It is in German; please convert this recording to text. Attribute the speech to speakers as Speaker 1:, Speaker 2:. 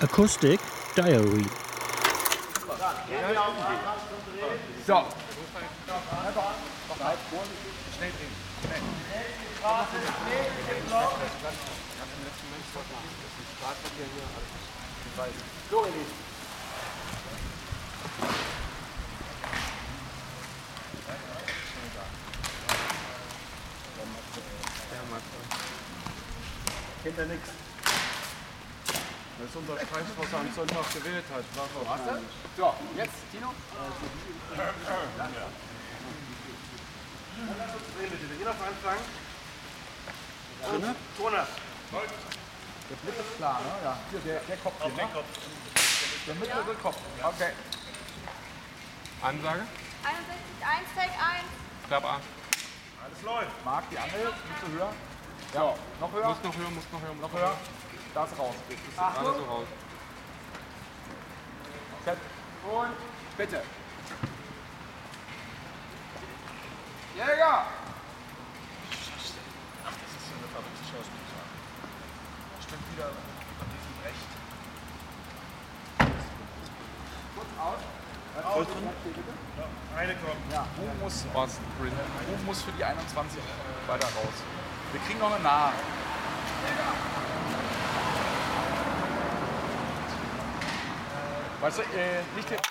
Speaker 1: Acoustic Diary.
Speaker 2: So.
Speaker 3: Kennt er nichts.
Speaker 2: Das ist unser Preis, was er am Sonntag gewählt hat. Was
Speaker 3: So, jetzt Tino. Dann lass uns drehen bitte. Wir gehen auf Anfang. Und Jonas.
Speaker 2: Der Blick ist klar, ne? Ja. Hier, der, der Kopf hier, ne? Der mittlere Kopf. Okay. Ansage?
Speaker 4: 61, 1, Take 1.
Speaker 5: Klapp A.
Speaker 3: Alles läuft.
Speaker 2: Marc, die Angel. Ein bisschen höher. Ja. Noch höher?
Speaker 5: Muss noch höher, muss noch höher, muss
Speaker 2: Noch höher? Da ist raus.
Speaker 5: Gerade so raus.
Speaker 2: Set. Und bitte. Jäger!
Speaker 3: Eine kommt.
Speaker 2: Ja, Ruhm muss, Horst, Brille, Ruhm muss für die 21 weiter raus. Wir kriegen noch eine nahe. Weißt du, äh, nicht den